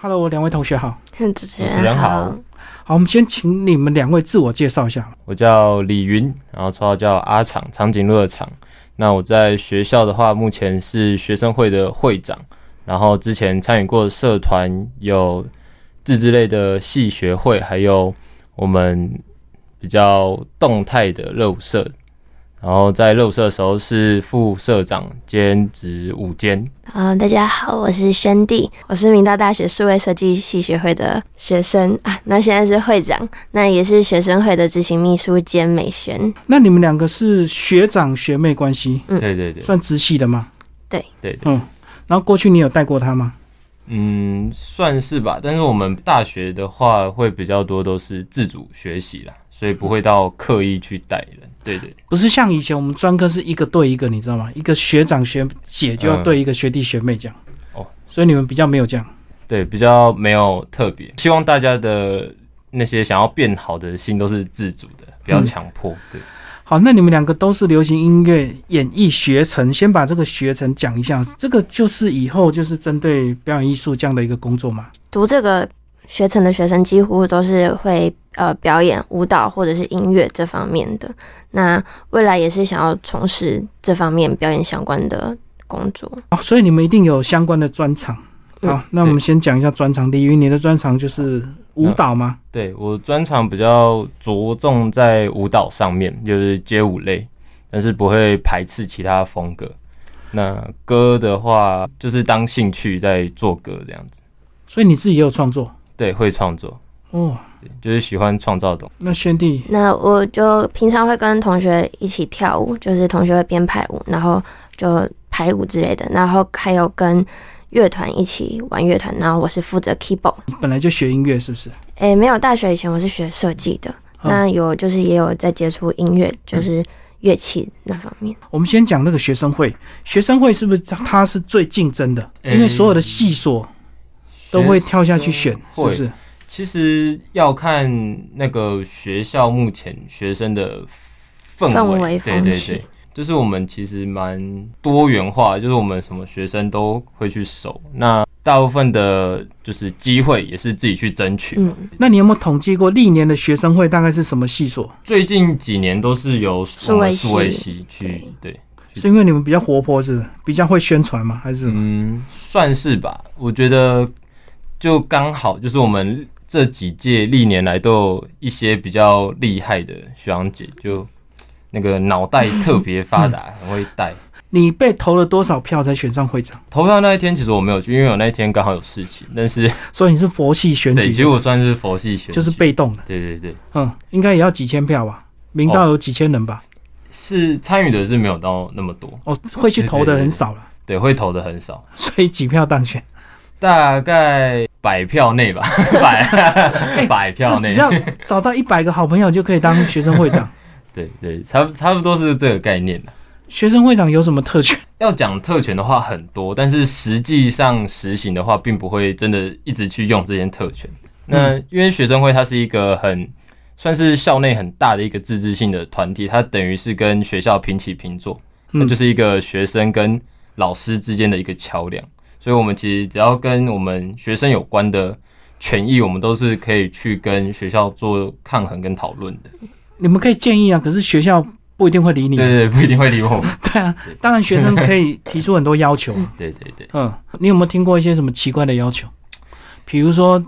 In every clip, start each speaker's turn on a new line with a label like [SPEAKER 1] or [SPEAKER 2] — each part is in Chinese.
[SPEAKER 1] Hello，两位同学好。
[SPEAKER 2] 主持
[SPEAKER 3] 主持人好
[SPEAKER 2] 好，
[SPEAKER 1] 好，我们先请你们两位自我介绍一下。
[SPEAKER 3] 我叫李云，然后绰号叫阿长，长颈鹿的长。那我在学校的话，目前是学生会的会长，然后之前参与过的社团有自治类的系学会，还有我们比较动态的热舞社。然后在热舞社的时候是副社长兼职舞监，
[SPEAKER 2] 啊，大家好，我是轩弟，我是明道大学数位设计系学会的学生啊，那现在是会长，那也是学生会的执行秘书兼美宣。
[SPEAKER 1] 那你们两个是学长学妹关系，
[SPEAKER 2] 嗯
[SPEAKER 3] 对对对
[SPEAKER 1] 算直系的吗？
[SPEAKER 3] 对对，
[SPEAKER 1] 嗯。然后过去你有带过他吗？
[SPEAKER 3] 嗯，算是吧。但是我们大学的话，会比较多都是自主学习啦，所以不会到刻意去带人。 对对
[SPEAKER 1] 不是像以前我们专科是一个对一个，你知道吗？一个学长学姐就要对一个学弟学妹讲。
[SPEAKER 3] 哦。
[SPEAKER 1] 所以你们比较没有这样。
[SPEAKER 3] 对，比较没有特别。希望大家的那些想要变好的心都是自主的，不要强迫。对，
[SPEAKER 1] 好，那你们两个都是流行音乐演艺学程，先把这个学程讲一下。这个就是以后就是针对表演艺术这样的一个工作嘛。
[SPEAKER 2] 读这个学程的学生几乎都是会呃表演舞蹈或者是音乐这方面的，那未来也是想要从事这方面表演相关的工作。
[SPEAKER 1] 哦，所以你们一定有相关的专场。
[SPEAKER 2] 嗯
[SPEAKER 1] 好，那我们先讲一下专场。李云，你的专场就是
[SPEAKER 3] 嗯
[SPEAKER 1] 舞蹈吗？
[SPEAKER 3] 对我专长比较着重在舞蹈上面，就是街舞类，但是不会排斥其他风格。那歌的话，就是当兴趣在做歌这样子。
[SPEAKER 1] 所以你自己也有创作
[SPEAKER 3] 对，会创作。
[SPEAKER 1] 哦。
[SPEAKER 3] 对，就是喜欢创造东
[SPEAKER 1] 那轩弟，
[SPEAKER 2] 那我就平常会跟同学一起跳舞，就是同学会编排舞，然后就排舞之类的，然后还有跟乐团一起玩乐团，然后我是负责 keyboard。
[SPEAKER 1] 你本来就学音乐是不是？
[SPEAKER 2] 诶，没有，大学以前我是学设计的，
[SPEAKER 1] 嗯
[SPEAKER 2] 那有就是也有在接触音乐，就是乐器那方面。
[SPEAKER 1] 我们先讲那个学生会，学生会是不是它它是最竞争的？
[SPEAKER 3] 哎
[SPEAKER 1] 因为所有的系所都会跳下去选，是不
[SPEAKER 3] 会
[SPEAKER 1] 是？
[SPEAKER 3] 其实要看那个学校目前学生的氛
[SPEAKER 2] 氛
[SPEAKER 3] 围，
[SPEAKER 2] 围
[SPEAKER 3] 对
[SPEAKER 2] 风
[SPEAKER 3] 对
[SPEAKER 2] 气
[SPEAKER 3] 对，就是我们其实蛮多元化，就是我们什么学生都会去守，那大部分的就是机会也是自己去争取。
[SPEAKER 2] 嗯，
[SPEAKER 1] 那你有没有统计过历年的学生会大概是什么系所？
[SPEAKER 3] 最近几年都是由
[SPEAKER 2] 数位系
[SPEAKER 3] 数位系去对，
[SPEAKER 1] 是因为你们比较活泼，是不是比较会宣传吗？还是什么？
[SPEAKER 3] 嗯，算是吧。我觉得就刚好，就是我们这几届历年来都有一些比较厉害的学长姐，就那个脑袋特别发达，
[SPEAKER 1] 嗯
[SPEAKER 3] 很会带。
[SPEAKER 1] 你被投了多少票才选上会长？
[SPEAKER 3] 投票那一天其实我没有去，因为我那一天刚好有事情。但是
[SPEAKER 1] 所以你是佛系选
[SPEAKER 3] 对，其
[SPEAKER 1] 举，
[SPEAKER 3] 实我算是佛系选举，
[SPEAKER 1] 就是被动的。
[SPEAKER 3] 对对对，
[SPEAKER 1] 嗯，应该也要几千票吧？明道有几千人吧？
[SPEAKER 3] 是参与的是没有到那么多，
[SPEAKER 1] 哦，会去投的很少了，
[SPEAKER 3] 对，会投的很少，
[SPEAKER 1] 所以几票当选。
[SPEAKER 3] 大概百票内吧， 百百票
[SPEAKER 1] 哎那
[SPEAKER 3] 内
[SPEAKER 1] 只，要找到一百个好朋友就可以当学生会 长。
[SPEAKER 3] 对对，差不差不多是这个概念。
[SPEAKER 1] 学生会长有什么特权？
[SPEAKER 3] 要讲特权的话很多，但是实际上实行的话，并不会真的一直去用这些特权。那
[SPEAKER 1] 嗯
[SPEAKER 3] 因为学生会它是一个很算是校内很大的一个自治性的团体，它等于是跟学校平起平坐，那
[SPEAKER 1] 嗯，
[SPEAKER 3] 就是一个学生跟老师之间的一个桥梁。所以，我们其实只要跟我们学生有关的权益，我们都是可以去跟学校做抗衡跟讨论的。
[SPEAKER 1] 你们可以建议啊，可是学校不一定会理你
[SPEAKER 3] 对
[SPEAKER 1] 啊。
[SPEAKER 3] 对，对不一定会理我们。
[SPEAKER 1] 对啊，当然学生可以提出很多要求啊。
[SPEAKER 3] 对对对，
[SPEAKER 1] 嗯，你有没有听过一些什么奇怪的要求？比如说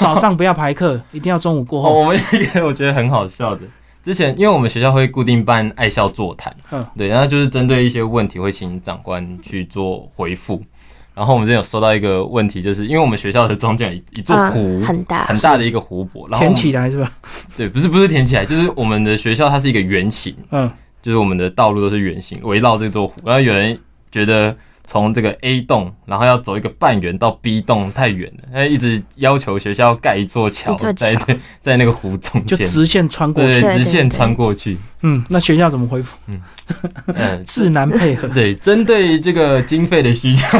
[SPEAKER 1] 早上不要排 课，一定要中午过
[SPEAKER 3] 哦，
[SPEAKER 1] 后。
[SPEAKER 3] 我们一个我觉得很好笑的，之前因为我们学校会固定办爱校座谈，
[SPEAKER 1] 嗯
[SPEAKER 3] 对，然后就是针对一些问题会请长官去做回复。然后我们之前有收到一个问题，就是因为我们学校的中间有一一座
[SPEAKER 2] 啊
[SPEAKER 3] 湖，
[SPEAKER 2] 很大，
[SPEAKER 3] 很大的一个湖泊，然后我
[SPEAKER 1] 填
[SPEAKER 3] 们
[SPEAKER 1] 起来是吧？
[SPEAKER 3] 对，不是不是填起来，就是我们的学校它是一个圆形，
[SPEAKER 1] 嗯，
[SPEAKER 3] 就是我们的道路都是圆形，围绕这座湖。然后有人觉得从这个 A 栋，然后要走一个半圆到 B 栋太远了，他一直要求学校盖一座桥
[SPEAKER 2] 一座
[SPEAKER 3] 在
[SPEAKER 2] 桥
[SPEAKER 3] 在那个 湖中
[SPEAKER 1] 就
[SPEAKER 3] 间，
[SPEAKER 1] 直线穿过去。
[SPEAKER 3] 对
[SPEAKER 2] 对对
[SPEAKER 3] 直线
[SPEAKER 2] 对
[SPEAKER 3] 穿过去。
[SPEAKER 1] 嗯，那学校怎么回复？
[SPEAKER 3] 嗯，
[SPEAKER 1] 自难配合。
[SPEAKER 3] 对，针对这个经费的需求，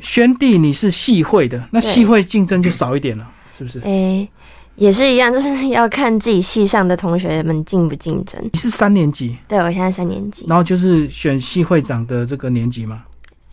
[SPEAKER 1] 宣弟，你是系会的，那
[SPEAKER 2] 对
[SPEAKER 1] 系会竞争就少一点了，是不是？
[SPEAKER 2] 诶、也是一样，就是要看自己系上的同学们竞不竞争。
[SPEAKER 1] 你是三年级，
[SPEAKER 2] 对我现在三年级，
[SPEAKER 1] 然后就是选系会长的这个年级嘛。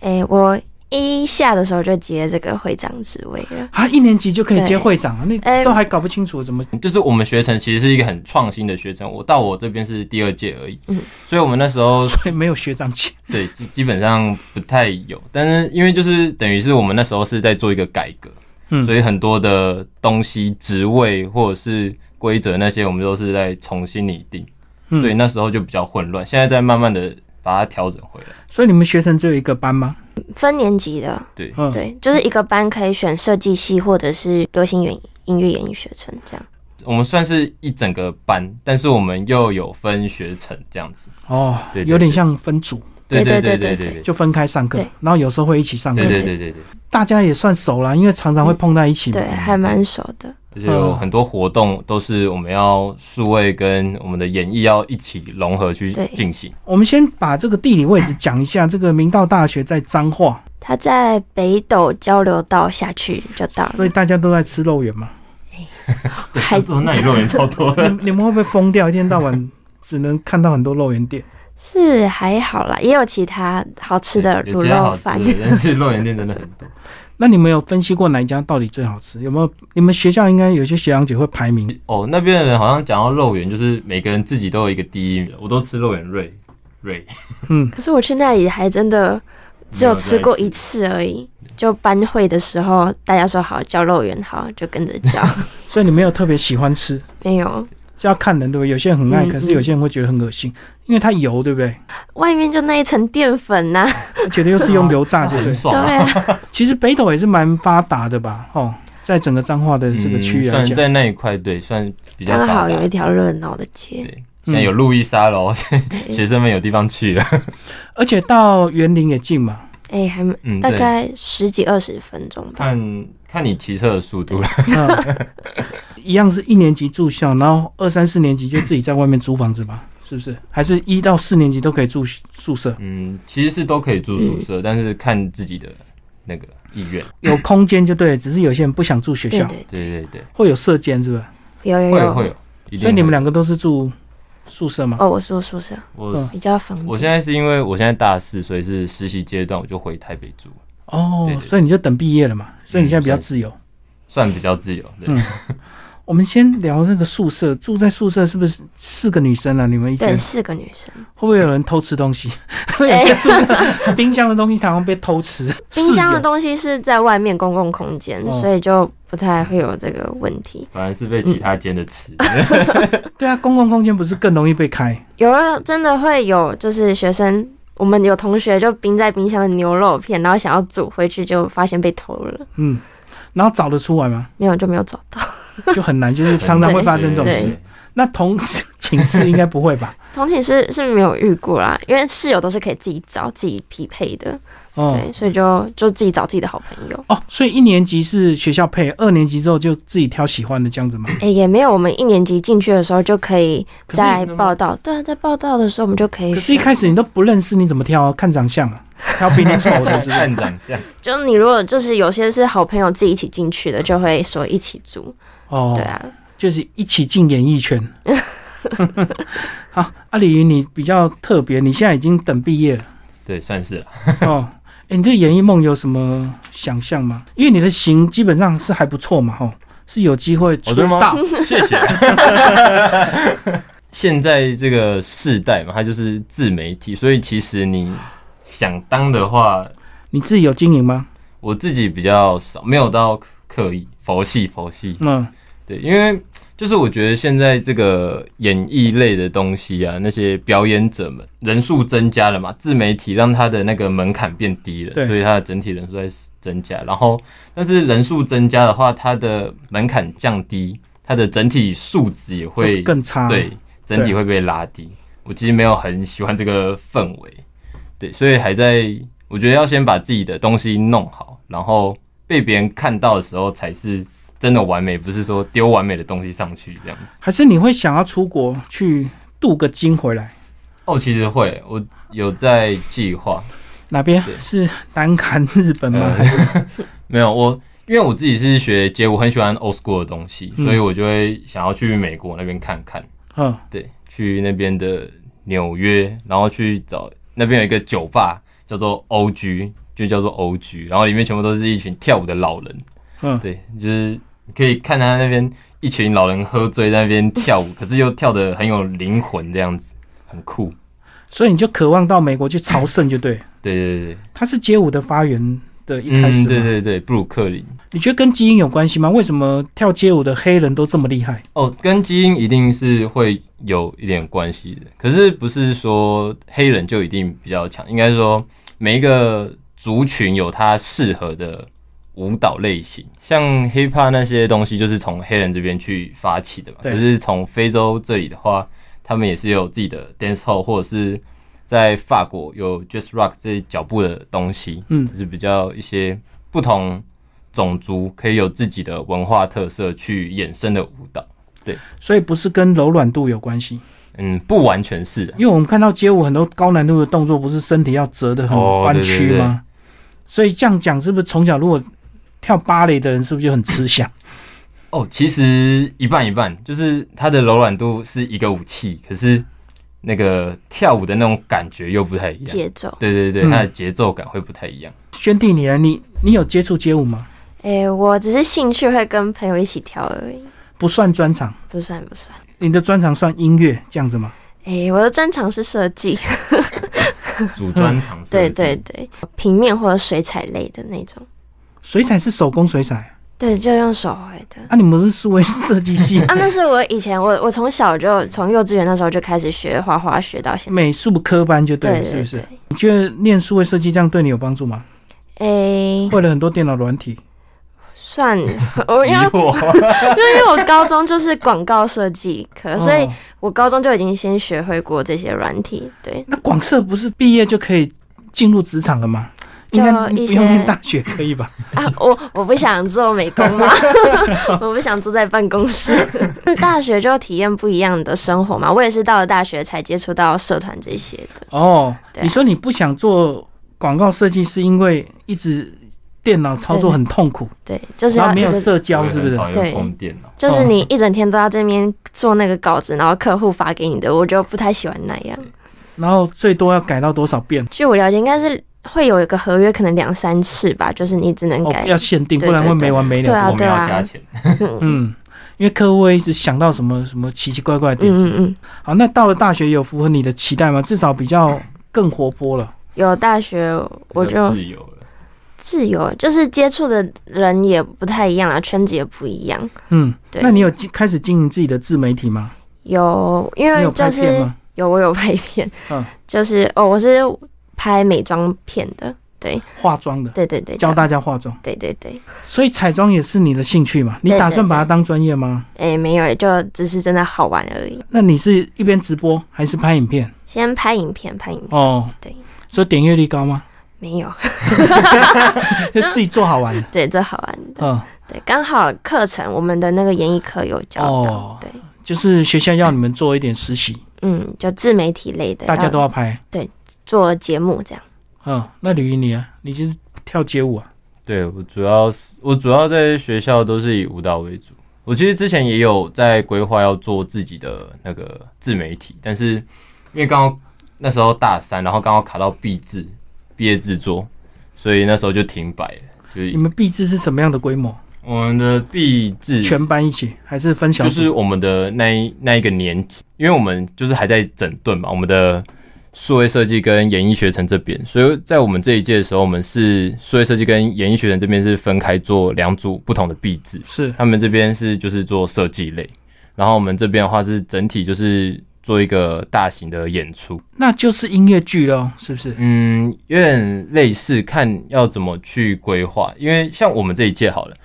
[SPEAKER 2] 诶、我一下的时候就接这个会长职位了。
[SPEAKER 1] 啊，一年级就可以接
[SPEAKER 2] 对
[SPEAKER 1] 会长了，那
[SPEAKER 2] 哎
[SPEAKER 1] 都还搞不清楚怎么
[SPEAKER 3] 就是我们学程其实是一个很创新的学程，我到我这边是第二届而已，
[SPEAKER 2] 嗯
[SPEAKER 3] 所以我们那时候
[SPEAKER 1] 所以没有学长级，
[SPEAKER 3] 对基基本上不太有，但是因为就是等于是我们那时候是在做一个改革，
[SPEAKER 1] 嗯
[SPEAKER 3] 所以很多的东西、职位或者是规则那些，我们都是在重新拟定，
[SPEAKER 1] 嗯
[SPEAKER 3] 所以那时候就比较混乱，现在在慢慢的把它调整回来。
[SPEAKER 1] 所以你们学程只有一个班吗？
[SPEAKER 2] 分年级的，
[SPEAKER 3] 对，
[SPEAKER 1] 嗯，
[SPEAKER 2] 对，就是一个班可以选设计系或者是多星演音乐演艺学程这样。
[SPEAKER 3] 我们算是一整个班，但是我们又有分学程这样子。
[SPEAKER 1] 哦，
[SPEAKER 3] 对对对
[SPEAKER 1] 有点像分组，
[SPEAKER 3] 对
[SPEAKER 2] 对对
[SPEAKER 3] 对对
[SPEAKER 2] 对
[SPEAKER 3] 对对
[SPEAKER 1] 就分开上课
[SPEAKER 2] 对，
[SPEAKER 1] 然后有时候会一起上课
[SPEAKER 3] 对，对
[SPEAKER 2] 对
[SPEAKER 3] 对对对，
[SPEAKER 1] 大家也算熟啦，因为常常会碰在一
[SPEAKER 3] 嗯
[SPEAKER 1] 起嘛
[SPEAKER 2] 对，。还蛮熟的。
[SPEAKER 3] 而且
[SPEAKER 2] 嗯
[SPEAKER 3] 有很多活动都是我们要数位跟我们的演绎要一起融合去
[SPEAKER 2] 对
[SPEAKER 3] 进行。
[SPEAKER 1] 我们先把这个地理位置讲一下，这个明道大学在彰化，
[SPEAKER 2] 他在北斗交流道下去就到
[SPEAKER 1] 所以
[SPEAKER 2] 了，
[SPEAKER 1] 大家都在吃肉圆嘛。
[SPEAKER 2] 还
[SPEAKER 3] 这哦那里肉圆超 多
[SPEAKER 1] 你
[SPEAKER 3] 的，
[SPEAKER 1] 你们会不会疯掉？一天到晚只能看到很多肉圆店，
[SPEAKER 2] 是还好啦，也有其他好吃 的
[SPEAKER 3] 有
[SPEAKER 2] 卤
[SPEAKER 3] 其他好
[SPEAKER 2] 肉
[SPEAKER 3] 吃
[SPEAKER 2] 饭。
[SPEAKER 3] 的，但是肉圆店 真的很多。
[SPEAKER 1] 那你们有分析过哪一家到底最好吃？有没有？你们学校应该有些学长姐会排名
[SPEAKER 3] 哦，那边的人好像讲到肉圆，就是每个人自己都有一个第一名，我都吃肉圆瑞瑞，
[SPEAKER 2] 可是我去那里还真的只有吃过一次而已，就班会的时候大家说好叫肉圆好，就跟着 叫，
[SPEAKER 1] 所以你没有特别喜欢吃，
[SPEAKER 2] 没有。
[SPEAKER 1] 是要看人对不对？有些人很爱，
[SPEAKER 2] 嗯
[SPEAKER 1] 可是有些人会觉得很恶心，因为它油对不对？
[SPEAKER 2] 外面就那一层淀粉呐、
[SPEAKER 1] 而且又是用油炸，对不
[SPEAKER 3] 很
[SPEAKER 1] 对？
[SPEAKER 3] 爽啊。
[SPEAKER 2] 对啊，
[SPEAKER 1] 其实北斗也是蛮发达的吧？哦，在整个彰化的这个区域
[SPEAKER 3] 嗯
[SPEAKER 1] 来
[SPEAKER 3] 算
[SPEAKER 1] 讲，
[SPEAKER 3] 在那一块，对，算比较
[SPEAKER 2] 刚
[SPEAKER 3] 发
[SPEAKER 2] 好
[SPEAKER 3] 达
[SPEAKER 2] 有一条热闹的街，
[SPEAKER 3] 对，现在有路易莎了，现在
[SPEAKER 2] 对，
[SPEAKER 3] 学生们有地方去了。
[SPEAKER 1] 而且到园林也近嘛。
[SPEAKER 2] 哎、还蛮
[SPEAKER 3] 嗯，
[SPEAKER 2] 大
[SPEAKER 3] 对
[SPEAKER 2] 概十几二十分钟吧。
[SPEAKER 3] 看看你骑车的速度了。
[SPEAKER 1] 嗯， 一样是一年级住校，然后二三四年级就自己在外面租房子吧，是不是？还是一到四年级都可以住宿舍，
[SPEAKER 3] 嗯，其实是都可以住宿舍，但是看自己的那个意愿。
[SPEAKER 1] 有空间就对了。只是有些人不想住学
[SPEAKER 2] 对
[SPEAKER 1] 校，
[SPEAKER 2] 对对，
[SPEAKER 3] 对对对，
[SPEAKER 1] 会有舍间，是吧？
[SPEAKER 2] 有有
[SPEAKER 3] 会
[SPEAKER 2] 有。
[SPEAKER 3] 会有。一定
[SPEAKER 1] 哎所以你们
[SPEAKER 3] 会
[SPEAKER 1] 两个都是住宿舍吗？
[SPEAKER 2] 哦，我住宿舍
[SPEAKER 3] 我
[SPEAKER 1] 嗯
[SPEAKER 2] 比较方便。
[SPEAKER 3] 我现在是因为我现在大四，所以是实习阶段，我就回台北住，
[SPEAKER 1] 哦
[SPEAKER 3] 对，对
[SPEAKER 1] 所以你就等毕业了嘛，所以你现在比较
[SPEAKER 3] 嗯
[SPEAKER 1] 自由。
[SPEAKER 3] 算比较自由。对，
[SPEAKER 1] 嗯我们先聊那个宿舍，住在宿舍是不是四个女生啊？你们一间
[SPEAKER 2] 对四个女生，
[SPEAKER 1] 会不会有人偷吃东 西？有些宿舍冰箱的东西常常被偷吃，
[SPEAKER 2] 冰箱的
[SPEAKER 1] 室友
[SPEAKER 2] 东西是在外面公共空间，
[SPEAKER 1] 哦
[SPEAKER 2] 所以就不太会有这个问题。
[SPEAKER 3] 反而是被其他间的吃。
[SPEAKER 1] 嗯对啊，公共空间不是更容易被开？
[SPEAKER 2] 有啊，真的会有，就是学生，我们有同学就冰在冰箱的牛肉片，然后想要煮回去，就发现被偷了，
[SPEAKER 1] 嗯，然后找得出来 吗？
[SPEAKER 2] 没有就没有找到。
[SPEAKER 1] 就很难，就是常常会发生这种
[SPEAKER 3] 对
[SPEAKER 1] 事。。那同寝室应该不会吧？
[SPEAKER 2] 同寝室是没有遇过啦，因为室友都是可以自己找、自己匹配的，
[SPEAKER 1] 哦
[SPEAKER 2] 对，所以就就自己找自己的好朋友。
[SPEAKER 1] 哦，所以一年级是学校配，二年级之后就自己挑喜欢的这样子吗？
[SPEAKER 2] 哎、也没有，我们一年级进去的时候就可以
[SPEAKER 1] 可是
[SPEAKER 2] 在报道，对啊，在报道的时候我们就可以
[SPEAKER 1] 可是，
[SPEAKER 2] 选。
[SPEAKER 1] 一开始你都不认识，你怎么挑啊？看长相啊，挑比你丑 的，是不是？
[SPEAKER 3] 看长相，
[SPEAKER 2] 就你如果就是有些是好朋友自己一起进去的，就会说一起住，
[SPEAKER 1] 嗯哦，
[SPEAKER 2] 对啊，
[SPEAKER 1] 就是一起进演艺圈。 好，阿李云，你比较特别，你现在已经等毕业了
[SPEAKER 3] 对，算是 了。
[SPEAKER 1] 哦。哎、你对演艺梦有什么想象吗？因为你的型基本上是还不错嘛，吼，是有机会出
[SPEAKER 3] 哦真的吗
[SPEAKER 1] 道。
[SPEAKER 3] 谢 谢。现在这个世代嘛，它就是自媒体，所以其实你想当的话，
[SPEAKER 1] 你自己有经营吗？
[SPEAKER 3] 我自己比较少，没有到刻意佛系佛系。
[SPEAKER 1] 嗯，
[SPEAKER 3] 对，因为就是我觉得现在这个演艺类的东西啊，那些表演者们人数增加了嘛，自媒体让他的那个门槛变低了，
[SPEAKER 1] 对
[SPEAKER 3] 所以他的整体人数在增加。然后，但是人数增加的话，它的门槛降低，它的整体素质也会
[SPEAKER 1] 就更差。哦
[SPEAKER 3] 对，整体会被拉低。我其实没有很喜欢这个氛围，对，所以还在我觉得要先把自己的东西弄好，然后被别人看到的时候才是真的完美，不是说丢完美的东西上去这样子。
[SPEAKER 1] 还是你会想要出国去镀个金回来？
[SPEAKER 3] 哦，其实会，我有在计划，
[SPEAKER 1] 哪边
[SPEAKER 3] 对
[SPEAKER 1] 是南韩、日本吗？
[SPEAKER 3] 呃
[SPEAKER 1] 还是
[SPEAKER 3] 没有我。因为我自己是学街舞，很喜欢 old school 的东西，
[SPEAKER 1] 嗯
[SPEAKER 3] 所以我就会想要去美国那边看看。
[SPEAKER 1] 嗯，
[SPEAKER 3] 对，去那边的纽约，然后去找那边有一个酒吧叫做 OG，就叫做 O G，然后里面全部都是一群跳舞的老人，
[SPEAKER 1] 嗯，
[SPEAKER 3] 对，就是你可以看他那边一群老人喝醉在那边跳舞，可是又跳得很有灵魂，这样子很酷。
[SPEAKER 1] 所以你就渴望到美国去朝圣，就对。
[SPEAKER 3] 对对对，
[SPEAKER 1] 它是街舞的发源的一
[SPEAKER 3] 对
[SPEAKER 1] 开始
[SPEAKER 3] 嗯，
[SPEAKER 1] 吗？
[SPEAKER 3] 对对对，布鲁克林
[SPEAKER 1] 你觉得跟基因有关系吗？为什么跳街舞的黑人都这么厉害？
[SPEAKER 3] 哦，跟基因一定是会有一点关系的，可是不是说黑人就一定比较强，应该说每一个族群有它适合的舞蹈类型，像 hip hop 那些东西就是从黑人这边去发起的嘛。
[SPEAKER 1] 对
[SPEAKER 3] 可是从非洲这里的话，他们也是有自己的 dance hall，或者是在法国有 jazz rock 这些脚步的东西，
[SPEAKER 1] 嗯
[SPEAKER 3] 就是比较一些不同种族可以有自己的文化特色去衍生的舞蹈。
[SPEAKER 1] 所以不是跟柔软度有关系，
[SPEAKER 3] 嗯，不完全是啊、
[SPEAKER 1] 因为我们看到街舞很多高难度的动作，不是身体要折得很
[SPEAKER 3] 哦
[SPEAKER 1] 弯曲
[SPEAKER 3] 对对对
[SPEAKER 1] 吗？所以这样讲，是不是从小如果跳芭蕾的人，是不是就很吃香？
[SPEAKER 3] 哦，其实一半一半，就是它的柔软度是一个武器，可是那个跳舞的那种感觉又不太一样。
[SPEAKER 2] 节奏。
[SPEAKER 3] 对对对，
[SPEAKER 1] 嗯
[SPEAKER 3] 它的节奏感会不太一样。
[SPEAKER 1] 轩弟你呢，你你有接触街舞吗？
[SPEAKER 2] 诶、我只是兴趣会跟朋友一起跳而已，
[SPEAKER 1] 不算专长，
[SPEAKER 2] 不算不算。
[SPEAKER 1] 你的专长算音乐这样子吗？
[SPEAKER 2] 诶、我的专长是设计，
[SPEAKER 3] 组专场设
[SPEAKER 2] 对
[SPEAKER 3] 计
[SPEAKER 2] 对，对，平面或者水彩类的那种，
[SPEAKER 1] 水彩是手工水彩
[SPEAKER 2] 对，就用手绘的。
[SPEAKER 1] 啊，你们不是为设计 系
[SPEAKER 2] 啊，那是我以前我我从小就从幼稚园那时候就开始学画画，学到现在。
[SPEAKER 1] 美术科班就对
[SPEAKER 2] 对
[SPEAKER 1] 了，
[SPEAKER 2] 对
[SPEAKER 1] 是
[SPEAKER 2] 对，
[SPEAKER 1] 不是？你觉得念数位设计这样对你有帮助吗？
[SPEAKER 2] 诶、
[SPEAKER 1] 会了很多电脑软体，
[SPEAKER 2] 算我
[SPEAKER 3] 疑
[SPEAKER 2] 因为
[SPEAKER 3] 惑
[SPEAKER 2] 因为我高中就是广告设计科，所以
[SPEAKER 1] 哦
[SPEAKER 2] 我高中就已经先学会过这些软体。对，
[SPEAKER 1] 那广设不是毕业就可以进入职场了吗？
[SPEAKER 2] 就
[SPEAKER 1] 应该你
[SPEAKER 2] 一
[SPEAKER 1] 不
[SPEAKER 2] 些
[SPEAKER 1] 用念大学可以吧？
[SPEAKER 2] 啊，我我不想做美工 嘛，我不想坐在办公室。大学就体验不一样的生活嘛，我也是到了大学才接触到社团这些的。
[SPEAKER 1] 哦，
[SPEAKER 2] 对啊
[SPEAKER 1] 你说你不想做广告设计，是因为一直电脑操作很痛苦，
[SPEAKER 2] 对，就是
[SPEAKER 1] 然
[SPEAKER 2] 要
[SPEAKER 1] 后没有
[SPEAKER 2] 一直
[SPEAKER 1] 社哦交，是不是
[SPEAKER 3] 我？很讨
[SPEAKER 2] 对
[SPEAKER 3] 厌碰电脑。
[SPEAKER 2] 就是你一整天都要这边做那个稿子，然后客户发给你的，我就不太喜欢那样。
[SPEAKER 1] 然后最多要改到多少遍？
[SPEAKER 2] 据我了解，应该是会有一个合约，可能两三次吧，就是你只能
[SPEAKER 1] 哦
[SPEAKER 2] 嗯改。，
[SPEAKER 1] 要限定，
[SPEAKER 2] 对
[SPEAKER 1] 不然会没完没
[SPEAKER 2] 对
[SPEAKER 1] 了。
[SPEAKER 2] 啊
[SPEAKER 3] 我们要加钱。
[SPEAKER 1] 嗯，因为客户会一直想到什么什么奇奇怪怪的点
[SPEAKER 2] 嗯
[SPEAKER 1] 子。
[SPEAKER 2] 嗯嗯，
[SPEAKER 1] 好，那到了大学有符合你的期待吗？至少比较更活泼了。
[SPEAKER 2] 有大学我
[SPEAKER 3] 比较
[SPEAKER 2] 就
[SPEAKER 3] 自由了。
[SPEAKER 2] 自由，就是接触的人也不太一样啦，圈子也不一样。
[SPEAKER 1] 嗯，
[SPEAKER 2] 对，
[SPEAKER 1] 那你有经开始经营自己的自媒体吗？
[SPEAKER 2] 有，因
[SPEAKER 1] 你
[SPEAKER 2] 为
[SPEAKER 1] 有
[SPEAKER 2] 就
[SPEAKER 1] 拍
[SPEAKER 2] 是
[SPEAKER 1] 片吗？
[SPEAKER 2] 有我有拍片，
[SPEAKER 1] 嗯
[SPEAKER 2] 就是哦，我是拍美妆片的，
[SPEAKER 1] 化妆的，
[SPEAKER 2] 对对对，
[SPEAKER 1] 教大家化妆。
[SPEAKER 2] 对对对，
[SPEAKER 1] 所以彩妆也是你的兴趣嘛？你
[SPEAKER 2] 对
[SPEAKER 1] 打算
[SPEAKER 2] 对
[SPEAKER 1] 把它当专业吗？
[SPEAKER 2] 哎、没有，就只是真的好玩而已。
[SPEAKER 1] 那你是一边直播还是拍影片？
[SPEAKER 2] 先拍影片，拍
[SPEAKER 3] 嗯
[SPEAKER 2] 影片，
[SPEAKER 1] 哦，
[SPEAKER 2] 对，
[SPEAKER 1] 所以点阅率高吗？
[SPEAKER 2] 没有，
[SPEAKER 1] 就自己做好玩的。
[SPEAKER 2] 对，这好玩的，
[SPEAKER 1] 嗯，
[SPEAKER 2] 对，刚好课程我们的那个演艺课有教到，
[SPEAKER 1] 哦
[SPEAKER 2] 对，
[SPEAKER 1] 就是学校要你们做一点实习，
[SPEAKER 2] 嗯，就自媒体类的，
[SPEAKER 1] 大家都
[SPEAKER 2] 要
[SPEAKER 1] 要拍。
[SPEAKER 2] 做节目这样。
[SPEAKER 1] 嗯，那吕云你啊，你就是跳街舞啊？
[SPEAKER 3] 对我主要是我主要在学校都是以舞蹈为主。我其实之前也有在规划要做自己的那个自媒体，但是因为刚好那时候大三，然后刚好卡到毕制毕业制作，所以那时候就停摆了。就是
[SPEAKER 1] 你们毕制是什么样的规模？
[SPEAKER 3] 我们的毕制
[SPEAKER 1] 全班一起还是分小
[SPEAKER 3] 嗯就
[SPEAKER 1] 组？
[SPEAKER 3] 是我们的那一那一个年级，因为我们就是还在整顿嘛，我们的数位设计跟演艺学程这边，所以在我们这一届的时候，我们是数位设计跟演艺学程这边是分开做两组不同的壁纸，
[SPEAKER 1] 是
[SPEAKER 3] 他们这边是就是做设计类，然后我们这边的话是整体就是做一个大型的演出，
[SPEAKER 1] 那就是音乐剧喽，是不是？
[SPEAKER 3] 嗯，有点类似，看要怎么去规划。因为像我们这一届好了，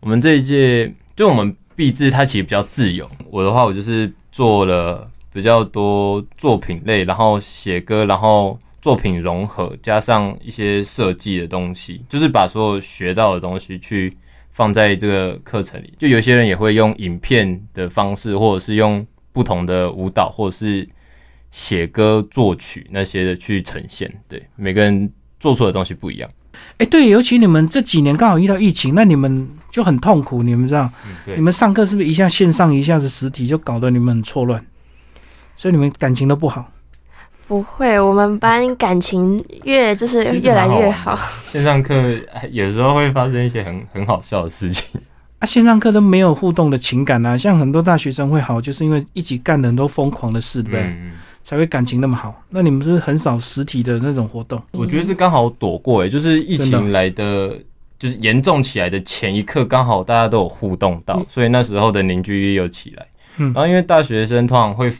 [SPEAKER 3] 我们这一届就我们毕制它其实比较自由。我的话，我就是做了比较多作品类，然后写歌，然后作品融合，加上一些设计的东西，就是把所有学到的东西去放在这个课程里。就有些人也会用影片的方式，或者是用不同的舞蹈，或者是写歌、作曲那些的去呈现。对，每个人做出的东西不一样。
[SPEAKER 1] 哎、对，尤其你们这几年刚好遇到疫情，那你们就很痛苦，你们知道？
[SPEAKER 3] 嗯对
[SPEAKER 1] 你们上课是不是一下线上一下子实体，就搞得你们很错乱？所以你们感情都不好。
[SPEAKER 2] 不会，我们班感情越就是
[SPEAKER 3] 其实
[SPEAKER 2] 越来
[SPEAKER 3] 蛮好
[SPEAKER 2] 越
[SPEAKER 3] 玩的
[SPEAKER 2] 好。
[SPEAKER 3] 线上课哎有时候会发生一些很很好笑的事情，
[SPEAKER 1] 啊，线上课都没有互动的情感啊，像很多大学生会好，就是因为一起干了很多疯狂的事，对不对？
[SPEAKER 3] 嗯，
[SPEAKER 1] 才会感情那么好。那你们是不是很少实体的那种活动？
[SPEAKER 3] 我觉得是刚好躲过、欸，就是疫情来的，就是严重起来的前一刻，刚好大家都有互动到，
[SPEAKER 2] 嗯
[SPEAKER 3] 所以那时候的凝聚力有起来。
[SPEAKER 1] 嗯
[SPEAKER 3] 然后因为大学生通常会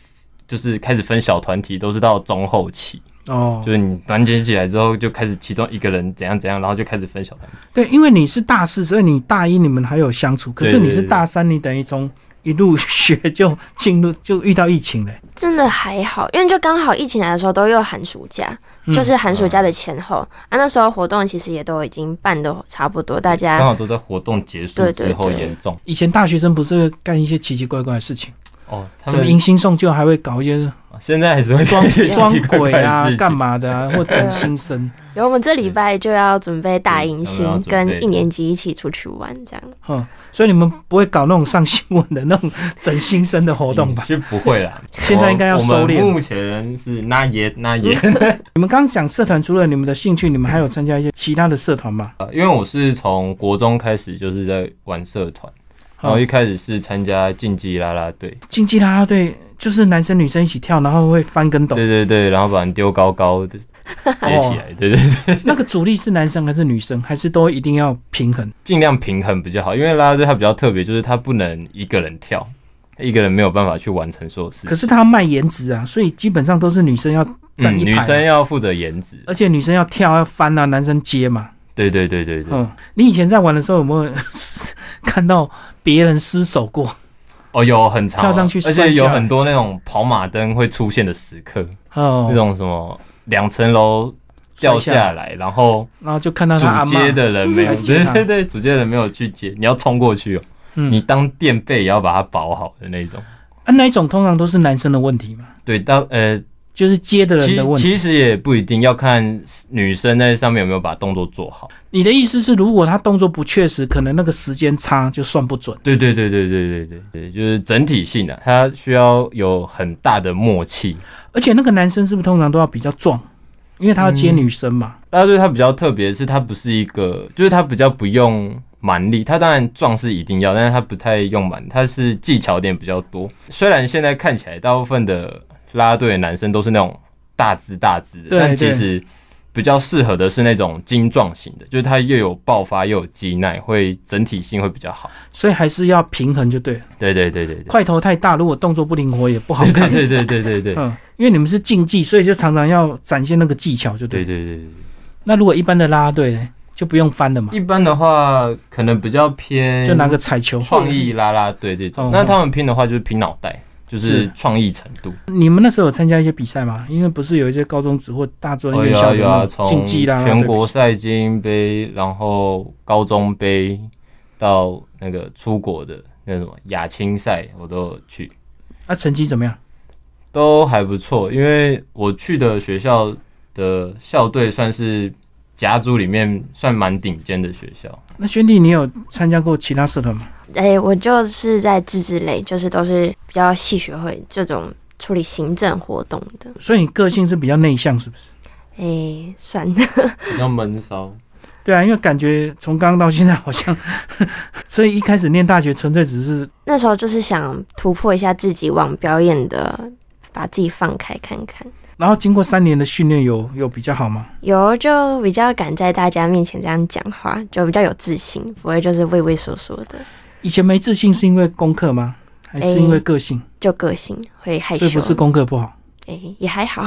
[SPEAKER 3] 就是开始分小团体，都是到中后期，
[SPEAKER 1] 哦
[SPEAKER 3] 就，是你团结起来之后，就开始其中一个人怎样怎样，然后就开始分小团体。
[SPEAKER 1] 对，因为你是大四，所以你大一你们还有相处，可是
[SPEAKER 3] 对对
[SPEAKER 1] 你是大三，你等于从一入学就进入 就遇到疫情嘞、
[SPEAKER 2] 真的还好，因为就刚好疫情来的时候都有寒暑假，
[SPEAKER 1] 嗯
[SPEAKER 2] 就是寒暑假的前后啊，那时候活动其实也都已经办的差不多，大
[SPEAKER 3] 刚
[SPEAKER 2] 家
[SPEAKER 3] 好都在活动结束
[SPEAKER 2] 啊对对
[SPEAKER 3] 之后
[SPEAKER 2] 对
[SPEAKER 3] 严重
[SPEAKER 1] 以前大学生不是会干一些奇奇怪怪的事情，
[SPEAKER 3] 哦，他
[SPEAKER 1] 什么
[SPEAKER 3] 们啊
[SPEAKER 1] 迎新送旧，还会搞一 些
[SPEAKER 3] 现在还是会装
[SPEAKER 1] 双轨啊、干嘛的啊，或整新生。
[SPEAKER 2] 有我们这礼拜就要准备大迎新
[SPEAKER 3] 对我们，要准备
[SPEAKER 2] 跟一年级一起出去玩这样。
[SPEAKER 1] 嗯，所以你们不会搞那种上新闻的那种整新生的活动吧？
[SPEAKER 3] 嗯是不会啦。
[SPEAKER 1] 现在应该要收敛
[SPEAKER 3] 我们目前是那也那 也，
[SPEAKER 1] 你们刚刚讲社团，除了你们的兴趣，你们还有参加一些其他的社团吗？
[SPEAKER 3] 因为我是从国中开始就是在玩社团，然
[SPEAKER 1] 好
[SPEAKER 3] 后一，开始是参加竞技啦啦队，
[SPEAKER 1] 竞技啦啦队就是男生女生一起跳，然后会翻跟斗
[SPEAKER 3] 对。对对，然后把人丢高 高的接起
[SPEAKER 1] 哦
[SPEAKER 3] 来，对对对，
[SPEAKER 1] 那个主力是男生还是女生，还是都一定要平衡？
[SPEAKER 3] 尽量平衡比较好。因为啦啦队它比较特别，就是它不能一个人跳，一个人没有办法去完成所有事
[SPEAKER 1] 可。是他要卖颜值啊，所以基本上都是女生要站
[SPEAKER 3] 嗯，
[SPEAKER 1] 一
[SPEAKER 3] 女
[SPEAKER 1] 排啊、
[SPEAKER 3] 生要负责颜值，
[SPEAKER 1] 而且女生要跳要翻啊，男生接嘛。
[SPEAKER 3] 对对对对对。
[SPEAKER 1] 嗯，你以前在玩的时候有没有 看到别人失手过？
[SPEAKER 3] 哦，有很长啊，
[SPEAKER 1] 跳上去摔
[SPEAKER 3] 而且
[SPEAKER 1] 下
[SPEAKER 3] 有
[SPEAKER 1] 来
[SPEAKER 3] 很多那种跑马灯会出现的时刻，
[SPEAKER 1] 哦
[SPEAKER 3] 那，种什么两层楼掉
[SPEAKER 1] 摔
[SPEAKER 3] 下，来，然后
[SPEAKER 1] 然后就看到他阿
[SPEAKER 3] 主
[SPEAKER 1] 妈。
[SPEAKER 3] 接的人 没有，
[SPEAKER 1] 来接
[SPEAKER 3] 对
[SPEAKER 1] 他
[SPEAKER 3] 对对，主接的人没有去接，你要冲过去哦，你
[SPEAKER 1] 嗯，
[SPEAKER 3] 当垫背也要把它保好的那种。
[SPEAKER 1] 啊，那一种通常都是男生的问题嘛，
[SPEAKER 3] 对，到呃，
[SPEAKER 1] 就是接的人
[SPEAKER 3] 其
[SPEAKER 1] 的问题。
[SPEAKER 3] 其实也不一定要看女生在上面有没有把动作做好。
[SPEAKER 1] 你的意思是，如果他动作不确实，可能那个时间差就算不准。
[SPEAKER 3] 对对对对对对对对，就是整体性的、啊，它需要有很大的默契。
[SPEAKER 1] 而且那个男生是不是通常都要比较壮，因为他要接女生嘛？
[SPEAKER 3] 大家对它比较特别的是，它不是一个，就是它比较不用蛮力，它当然撞是一定要，但是它不太用蛮，它是技巧点比较多。虽然现在看起来大部分的啦啦队的男生都是那种大只大只的，
[SPEAKER 1] 对
[SPEAKER 3] 但其
[SPEAKER 1] 对
[SPEAKER 3] 实比较适合的是那种精壮型的，就是它又有爆发又有肌耐，会整体性会比较好。
[SPEAKER 1] 所以还是要平衡就对了。
[SPEAKER 3] 对对对对对。
[SPEAKER 1] 块头太大，如果动作不灵活也不好
[SPEAKER 3] 对
[SPEAKER 1] 看。
[SPEAKER 3] 对对对对对对
[SPEAKER 1] 嗯，因为你们是竞技，所以就常常要展现那个技巧，就对
[SPEAKER 3] 对
[SPEAKER 1] 了。
[SPEAKER 3] 对对对，
[SPEAKER 1] 那如果一般的啦啦队呢，就不用翻了嘛，
[SPEAKER 3] 一般的话可能比较偏
[SPEAKER 1] 就拿个彩球。
[SPEAKER 3] 嗯创意啦啦队这
[SPEAKER 1] 嗯。
[SPEAKER 3] 种那他们拼的话就是拼脑袋，就是
[SPEAKER 1] 是
[SPEAKER 3] 创意程度。
[SPEAKER 1] 你们那时候有参加一些比赛吗？因为不是有一些高中职或大专
[SPEAKER 3] 哦
[SPEAKER 1] 院
[SPEAKER 3] 有
[SPEAKER 1] 校
[SPEAKER 3] 啊
[SPEAKER 1] 的
[SPEAKER 3] 有啊，
[SPEAKER 1] 那种
[SPEAKER 3] 从
[SPEAKER 1] 竞技啦啦队比赛，
[SPEAKER 3] 全国赛精英杯，然后高中杯，到那个出国的那什么亚青赛，我都有去，
[SPEAKER 1] 那啊成绩怎么样？
[SPEAKER 3] 都还不错。因为我去的学校的校队算是甲组里面算蛮顶尖的学校。
[SPEAKER 1] 那轩弟，你有参加过其他社团吗？
[SPEAKER 2] 哎、我就是在自治类，就是都是比较系学会这种处理行政活动的。
[SPEAKER 1] 所以你个性是比较内向，是不是？
[SPEAKER 2] 哎、算
[SPEAKER 3] 比较闷骚，
[SPEAKER 1] 对啊，因为感觉从刚刚到现在好像， 所以一开始念大学纯粹只是
[SPEAKER 2] 那时候就是想突破一下自己往表演的，把自己放开看看。
[SPEAKER 1] 然后经过三年的训练有，有比较好吗？
[SPEAKER 2] 有就比较敢在大家面前这样讲话，就比较有自信，不会就是畏畏缩缩的，
[SPEAKER 1] 以前没自信是因为功课吗？还是因为个性？
[SPEAKER 2] 就个性会哎害羞。
[SPEAKER 1] 所以不是功课不好，
[SPEAKER 2] 哎、也还好，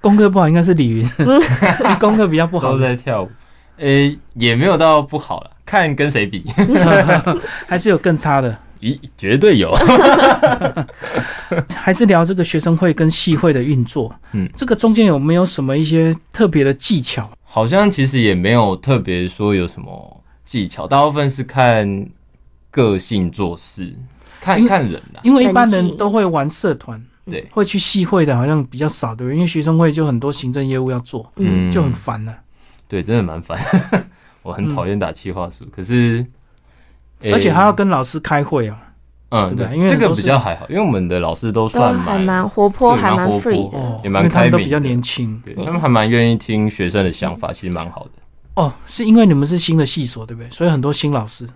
[SPEAKER 1] 功课不好应该是李云，
[SPEAKER 2] 嗯
[SPEAKER 1] 你功课比 较不好
[SPEAKER 3] 都，在跳舞。诶、也没有到不好了，看跟谁比，
[SPEAKER 1] 还是有更差的。
[SPEAKER 3] 咦，绝对有。
[SPEAKER 1] 还是聊这个学生会跟系会的运作，
[SPEAKER 3] 嗯
[SPEAKER 1] 这个中间有没有什么一些特别的技巧？
[SPEAKER 3] 好像其实也没有特别说有什么技巧，大部分是看个性做事，看
[SPEAKER 1] 因为
[SPEAKER 3] 看人啊啦。
[SPEAKER 1] 因为一般
[SPEAKER 2] 登
[SPEAKER 1] 人
[SPEAKER 2] 记
[SPEAKER 1] 都会玩社团，
[SPEAKER 3] 对，
[SPEAKER 1] 会去系会的好像比较少，对不对？因为学生会就很多行政业务要做，
[SPEAKER 2] 嗯，
[SPEAKER 1] 就很烦了。
[SPEAKER 3] 对，真的蛮烦。 我很讨厌打气话术，可是、
[SPEAKER 1] 嗯而且还要
[SPEAKER 3] 跟
[SPEAKER 1] 跟老师开会啊，
[SPEAKER 3] 嗯，
[SPEAKER 1] 对不对因为
[SPEAKER 3] 这个
[SPEAKER 1] 都
[SPEAKER 3] 比
[SPEAKER 1] 是
[SPEAKER 3] 较还好，因为我们的老师
[SPEAKER 2] 都
[SPEAKER 3] 都算
[SPEAKER 2] 还
[SPEAKER 3] 蛮
[SPEAKER 2] 蛮活泼，
[SPEAKER 3] 对啊
[SPEAKER 2] 还
[SPEAKER 3] 蛮
[SPEAKER 2] 蛮
[SPEAKER 3] 活泼
[SPEAKER 2] free 的。
[SPEAKER 1] 哦，
[SPEAKER 3] 也
[SPEAKER 1] 因
[SPEAKER 3] 蛮
[SPEAKER 1] 为他们都
[SPEAKER 3] 开明
[SPEAKER 1] 比较
[SPEAKER 3] 的
[SPEAKER 1] 年轻
[SPEAKER 3] 对，他们还蛮愿意听学生的想
[SPEAKER 1] 嗯
[SPEAKER 3] 法，其实蛮好的。
[SPEAKER 1] 哦，是因为你们是新的系所对不对？所以很多新老师，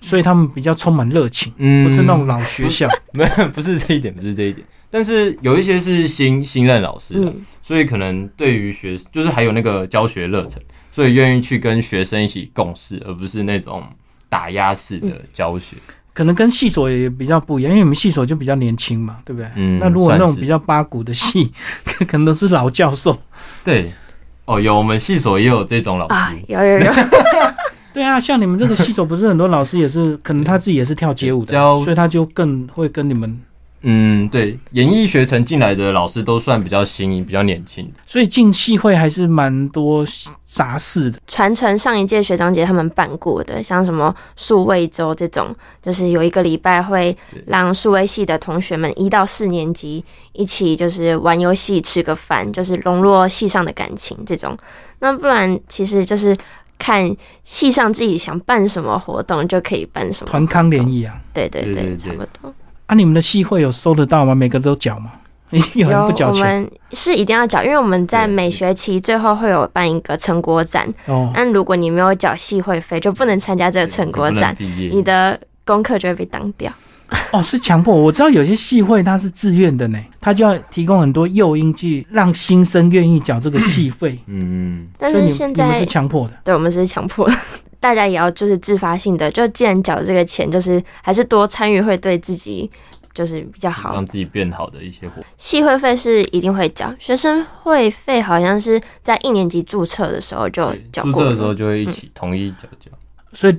[SPEAKER 1] 所以他们比较充满热情，
[SPEAKER 3] 嗯
[SPEAKER 1] 不是 那种老学校。
[SPEAKER 3] 没有，不是这一点，不是这一点。但是有一些是新新任老师、啊，
[SPEAKER 2] 嗯，
[SPEAKER 3] 所以可能对于学就是还有那个教学热忱，所以愿意去跟学生一起共事，而不是那种打压式的教学。
[SPEAKER 1] 可能跟系所也比较不一样，因为你们系所就比较年轻嘛，对不对？
[SPEAKER 3] 嗯
[SPEAKER 1] 那如果那
[SPEAKER 3] 算
[SPEAKER 1] 种
[SPEAKER 3] 是
[SPEAKER 1] 比较八股的系， 可可能都是老教授。
[SPEAKER 3] 对，哦，有我们系所也有这种老师，
[SPEAKER 2] 啊，有有有，
[SPEAKER 1] 对啊，像你们这个系所，不是很多老师也是，可能他自己也是跳街舞的，
[SPEAKER 3] 教
[SPEAKER 1] 所以他就更会跟你们。
[SPEAKER 3] 嗯，对，演艺学程进来的老师都算比较新颖、比较年轻的。
[SPEAKER 1] 所以进系会还是蛮多杂事的。
[SPEAKER 2] 传承上一届学长姐他们办过的，像什么数位周这种，就是有一个礼拜会
[SPEAKER 3] 对
[SPEAKER 2] 让数位系的同学们一到四年级一起就是玩游戏、吃个饭，就是笼络系上的感情这种。那不然其实就是看系上自己想办什么活动就可以办什么活
[SPEAKER 1] 团
[SPEAKER 2] 动。
[SPEAKER 1] 康联谊啊，
[SPEAKER 2] 对对
[SPEAKER 3] 对对
[SPEAKER 2] 对，
[SPEAKER 3] 对
[SPEAKER 2] 差不多。
[SPEAKER 1] 啊，你们的系会有收得到吗？每个都缴吗？ 有人不缴
[SPEAKER 2] 我
[SPEAKER 1] 钱
[SPEAKER 2] 们是一定要缴，因为我们在
[SPEAKER 3] 对
[SPEAKER 2] 每学期最后会有办一个成果展，
[SPEAKER 1] 哦。
[SPEAKER 2] 但如果你没有缴系会费，就不能参加这个成果展，
[SPEAKER 3] 毕业，
[SPEAKER 2] 你的功课就会被挡掉。
[SPEAKER 1] 哦，是强迫。我知道有些系会它是自愿的呢，它就要提供很多诱因去让新生愿意缴这个系费。
[SPEAKER 3] 嗯，
[SPEAKER 2] 但
[SPEAKER 1] 所以
[SPEAKER 2] 是
[SPEAKER 1] 你
[SPEAKER 2] 现
[SPEAKER 1] 你们
[SPEAKER 2] 在
[SPEAKER 1] 是，强迫的。
[SPEAKER 2] 对我们是强迫 的，大家也要就是自发性的，就既然缴这个钱，就是还是多参与会对自己就是比较好
[SPEAKER 3] 让。自己变好的一些活。
[SPEAKER 2] 系会费是一定会缴，学生会费好像是在一年级注册的时候就
[SPEAKER 3] 对
[SPEAKER 2] 缴
[SPEAKER 3] 注
[SPEAKER 2] 过
[SPEAKER 3] 册
[SPEAKER 2] 了
[SPEAKER 3] 的时候就会一起统一缴交。
[SPEAKER 2] 嗯
[SPEAKER 1] 所以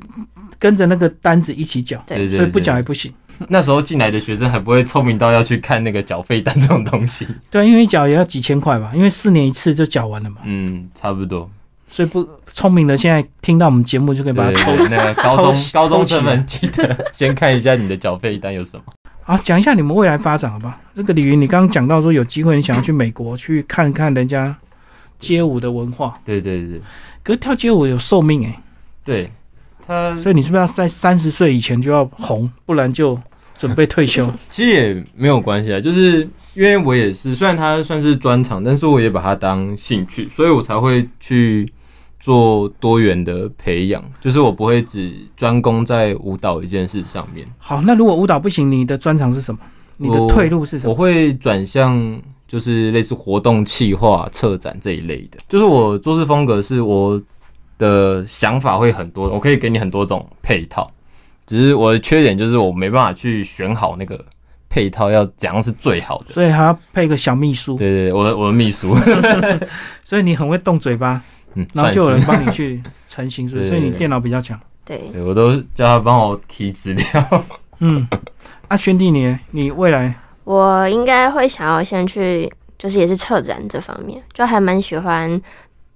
[SPEAKER 1] 跟着那个单子一起缴，
[SPEAKER 2] 对
[SPEAKER 3] 对对
[SPEAKER 1] 所以不
[SPEAKER 3] 对
[SPEAKER 1] 缴也不行。
[SPEAKER 3] 那时候进来的学生还不会聪明到要去看那个缴费单这种东西。
[SPEAKER 1] 对，啊因为一缴也要几千块吧，因为四年一次就缴完了嘛，
[SPEAKER 3] 嗯，差不多。
[SPEAKER 1] 所以不聪明的现在听到我们节目就可以
[SPEAKER 3] 对
[SPEAKER 1] 把它抽。
[SPEAKER 3] 那个高中
[SPEAKER 1] 抽起
[SPEAKER 3] 高中生们记得先看一下你的缴费单有什么。
[SPEAKER 1] 好，啊讲一下你们未来发展好不好？这个李云，你刚刚讲到说有机会你想要去美国去看看人家街舞的文化，
[SPEAKER 3] 对对对
[SPEAKER 1] 可是跳街舞有寿命诶、
[SPEAKER 3] 对，他
[SPEAKER 1] 所以你是不是要在三十岁以前就要红，不然就准备退 休？
[SPEAKER 3] 其实也没有关系啊，就是因为我也是，虽然它算是专长，但是我也把它当兴趣，所以我才会去做多元的培养，就是我不会只专攻在舞蹈一件事上面。
[SPEAKER 1] 好，那如果舞蹈不行，你的专长是什么？你的
[SPEAKER 3] 我
[SPEAKER 1] 退路是什
[SPEAKER 3] 我
[SPEAKER 1] 么？
[SPEAKER 3] 会转向就是类似活动企划、策展这一类的。就是我做事风格是我的想法会很多，我可以给你很多种配套。只是我的缺点就是我没办法去选好那个配套要怎样是最好的。
[SPEAKER 1] 所以还要配个小秘书
[SPEAKER 3] 对，对，对我的我的秘书，
[SPEAKER 1] 所以你很会动嘴巴。
[SPEAKER 3] 嗯，
[SPEAKER 1] 嗯然后
[SPEAKER 3] 算
[SPEAKER 1] 就有
[SPEAKER 3] 是
[SPEAKER 1] 人帮你去成型，是不是？所
[SPEAKER 3] 对
[SPEAKER 1] 以你电脑比较强。
[SPEAKER 2] 对，
[SPEAKER 3] 对我都叫他帮我提 资料。
[SPEAKER 1] 嗯，啊，轩弟你，你未来
[SPEAKER 2] 我应该会想要先去，就是也是策展这方面，就还蛮喜欢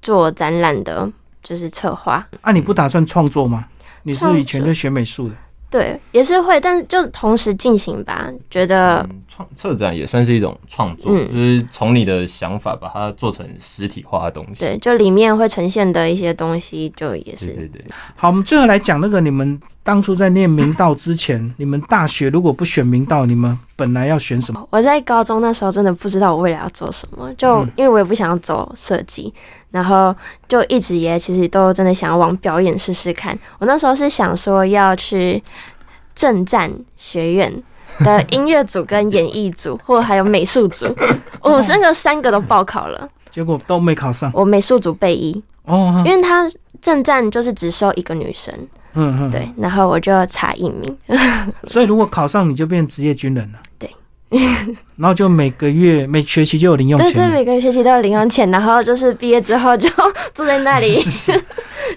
[SPEAKER 2] 做展览的，就是策划。
[SPEAKER 1] 啊，你不打算创作吗？你是不是以前就学美术的，
[SPEAKER 2] 对，也是会，但是就同时进行吧。觉得
[SPEAKER 3] 嗯创策展也算是一种创作，
[SPEAKER 2] 嗯
[SPEAKER 3] 就是从你的想法把它做成实体化的东西。
[SPEAKER 2] 对，就里面会呈现的一些东西，就也
[SPEAKER 3] 对对
[SPEAKER 1] 嗯
[SPEAKER 2] 是
[SPEAKER 3] 对，
[SPEAKER 1] 好，我们最后来讲那个，你们当初在念明道之
[SPEAKER 2] 嗯
[SPEAKER 1] 前，你们大学如果不选明道，你们本来要选什么？
[SPEAKER 2] 我在高中那时候真的不知道我未来要做什么，就
[SPEAKER 1] 嗯
[SPEAKER 2] 因为我也不想要走设计，然后就一直也其实都真的想要往表演试试看。我那时候是想说要去政战学院。的音乐组跟演艺组，或还有美 术组，我这个三个都报考了。
[SPEAKER 1] 结果都没考上。
[SPEAKER 2] 我美术组备一，
[SPEAKER 1] 哦，
[SPEAKER 2] 因为他正战就是只收一个女生，
[SPEAKER 1] 嗯嗯，
[SPEAKER 2] 对，然后我就查一名，
[SPEAKER 1] 所以如果考上，你就变职业军人了。
[SPEAKER 2] 对。
[SPEAKER 1] 然后就每个月每学期就有零用
[SPEAKER 2] 对
[SPEAKER 1] 钱
[SPEAKER 2] 对，
[SPEAKER 1] 了，
[SPEAKER 2] 每个学期都有零用钱，然后就是毕业之后就坐在那里，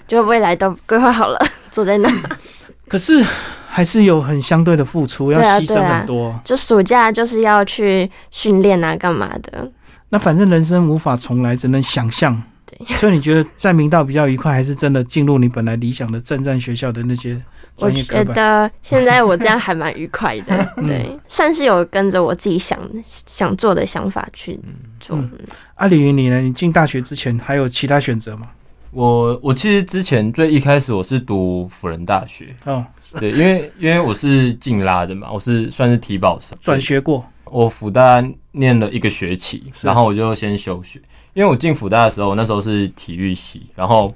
[SPEAKER 2] 就未来都规划好了， 坐在那。
[SPEAKER 1] 可是还是有很相对的付出，要
[SPEAKER 2] 对啊
[SPEAKER 1] 牺牲
[SPEAKER 2] 对啊
[SPEAKER 1] 很多。
[SPEAKER 2] 就暑假就是要去训练啊，干嘛的？
[SPEAKER 1] 那反正人生无法重来，只能想象。
[SPEAKER 2] 对
[SPEAKER 1] 所以你觉得在明道比较愉快，还是真的进入你本来理想的政战学校的那些
[SPEAKER 2] 我
[SPEAKER 1] 专业
[SPEAKER 2] 觉
[SPEAKER 1] 科班？
[SPEAKER 2] 得现在我这样还蛮愉快 的，对，
[SPEAKER 3] 嗯
[SPEAKER 2] 算是有跟着我自己想想做的想法去做。
[SPEAKER 1] 嗯啊，李云你呢？你进大学之前还有其他选择吗？
[SPEAKER 3] 我我其实之前最一开始我是读辅仁大学，
[SPEAKER 1] 哦，
[SPEAKER 3] 对，因为因为我是进拉的嘛，我是算是体保生，
[SPEAKER 1] 转学过，
[SPEAKER 3] 我辅大念了一个学期，
[SPEAKER 1] 是
[SPEAKER 3] 然后我就先休学，因为我进辅大的时候，我那时候是体育系，然后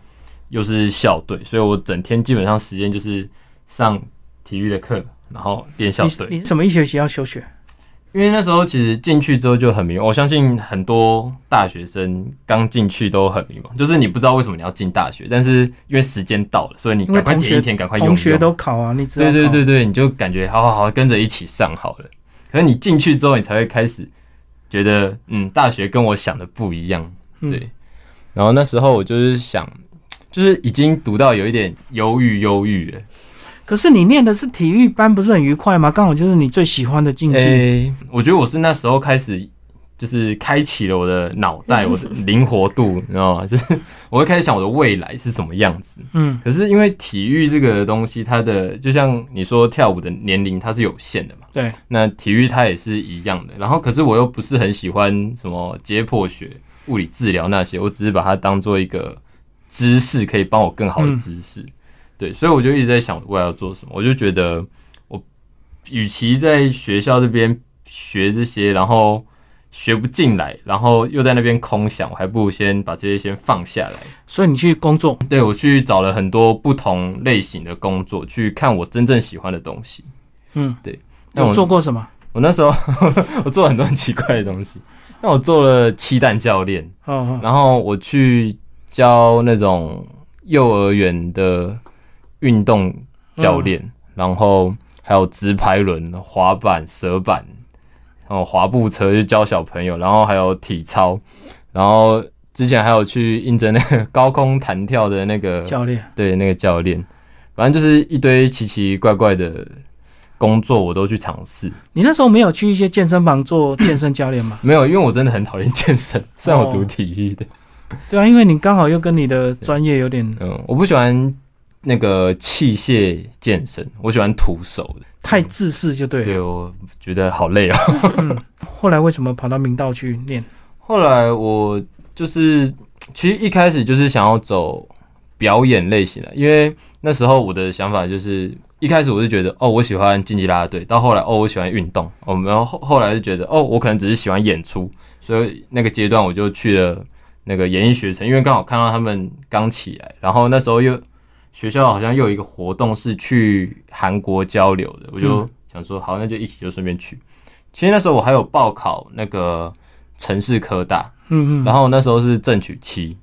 [SPEAKER 3] 又是校队，所以我整天基本上时间就是上体育的课，然后练校队。
[SPEAKER 1] 你你什么一学期要休学？
[SPEAKER 3] 因为那时候其实进去之后就很迷茫，我相信很多大学生刚进去都很迷茫，就是你不知道为什么你要进大学，但是因为时间到了，所以你
[SPEAKER 1] 因为
[SPEAKER 3] 赶快
[SPEAKER 1] 同
[SPEAKER 3] 填
[SPEAKER 1] 学
[SPEAKER 3] 一填，赶快用一
[SPEAKER 1] 同学
[SPEAKER 3] 用。
[SPEAKER 1] 都考啊，你知道？
[SPEAKER 3] 对对对，对，你就感觉好好好跟着一起上好了。可是你进去之后，你才会开始觉得，嗯，大学跟我想的不一样。
[SPEAKER 1] 嗯
[SPEAKER 3] 对，然后那时候我就是想，就是已经读到有一点忧郁忧郁了。
[SPEAKER 1] 可是你念的是体育班，不是很愉快吗？刚好就是你最喜欢的竞技。
[SPEAKER 3] 诶、我觉得我是那时候开始，就是开启了我的脑袋，我的灵活度，你知道吗？就是我会开始想我的未来是什么样子。
[SPEAKER 1] 嗯，
[SPEAKER 3] 可是因为体育这个东西，它的就像你说跳舞的年龄它是有限的嘛，
[SPEAKER 1] 对，
[SPEAKER 3] 那体育它也是一样的。然后可是我又不是很喜欢什么解剖学、物理治疗那些，我只是把它当做一个知识，可以帮我更好的
[SPEAKER 1] 嗯
[SPEAKER 3] 知识。对，所以我就一直在想我要做什么。我就觉得我与其在学校这边学这些，然后学不进来，然后又在那边空想，我还不如先把这些先放下来。
[SPEAKER 1] 所以你去工作，
[SPEAKER 3] 对我去找了很多不同类型的工作，去看我真正喜欢的东西。
[SPEAKER 1] 嗯，
[SPEAKER 3] 对。那
[SPEAKER 1] 有
[SPEAKER 3] 我
[SPEAKER 1] 做过什么？
[SPEAKER 3] 我那时候我做了很多很奇怪的东西。那我做了气弹教练，
[SPEAKER 1] 哦哦，
[SPEAKER 3] 然后我去教那种幼儿园的运动教
[SPEAKER 1] 嗯
[SPEAKER 3] 练，然后还有直排轮、滑板、蛇板，然后滑步车就教小朋友，然后还有体操，然后之前还有去应征那个高空弹跳的那个
[SPEAKER 1] 教练，
[SPEAKER 3] 对，那个教练，反正就是一堆奇奇怪怪的工作，我都去尝试。？
[SPEAKER 1] 你那时候没有去一些健身房做健身教练吗
[SPEAKER 3] 没有，因为我真的很讨厌健身，虽然我读
[SPEAKER 1] 哦
[SPEAKER 3] 体育的，
[SPEAKER 1] 对啊，因为你刚好又跟你的专业有点
[SPEAKER 3] 嗯，我不喜欢那个器械健身，我喜欢徒手的。
[SPEAKER 1] 太自私，就对了。
[SPEAKER 3] 对，我觉得好累哦。
[SPEAKER 1] 后来为什么跑到明道去念？
[SPEAKER 3] 后来我就是，其实一开始就是想要走表演类型的，因为那时候我的想法就是，一开始我是觉得哦，我喜欢竞技啦啦队，到后来哦，我喜欢运动，我们后后来就觉得哦，我可能只是喜欢演出，所以那个阶段我就去了那个演艺学程，因为刚好看到他们刚起来，然后那时候又学校好像又有一个活动是去韩国交流的，我就想说好，那就一起就顺便去。其实那时候我还有报考那个城市科大，
[SPEAKER 1] 嗯
[SPEAKER 3] 然
[SPEAKER 1] 嗯，
[SPEAKER 3] 后那时候是正取七，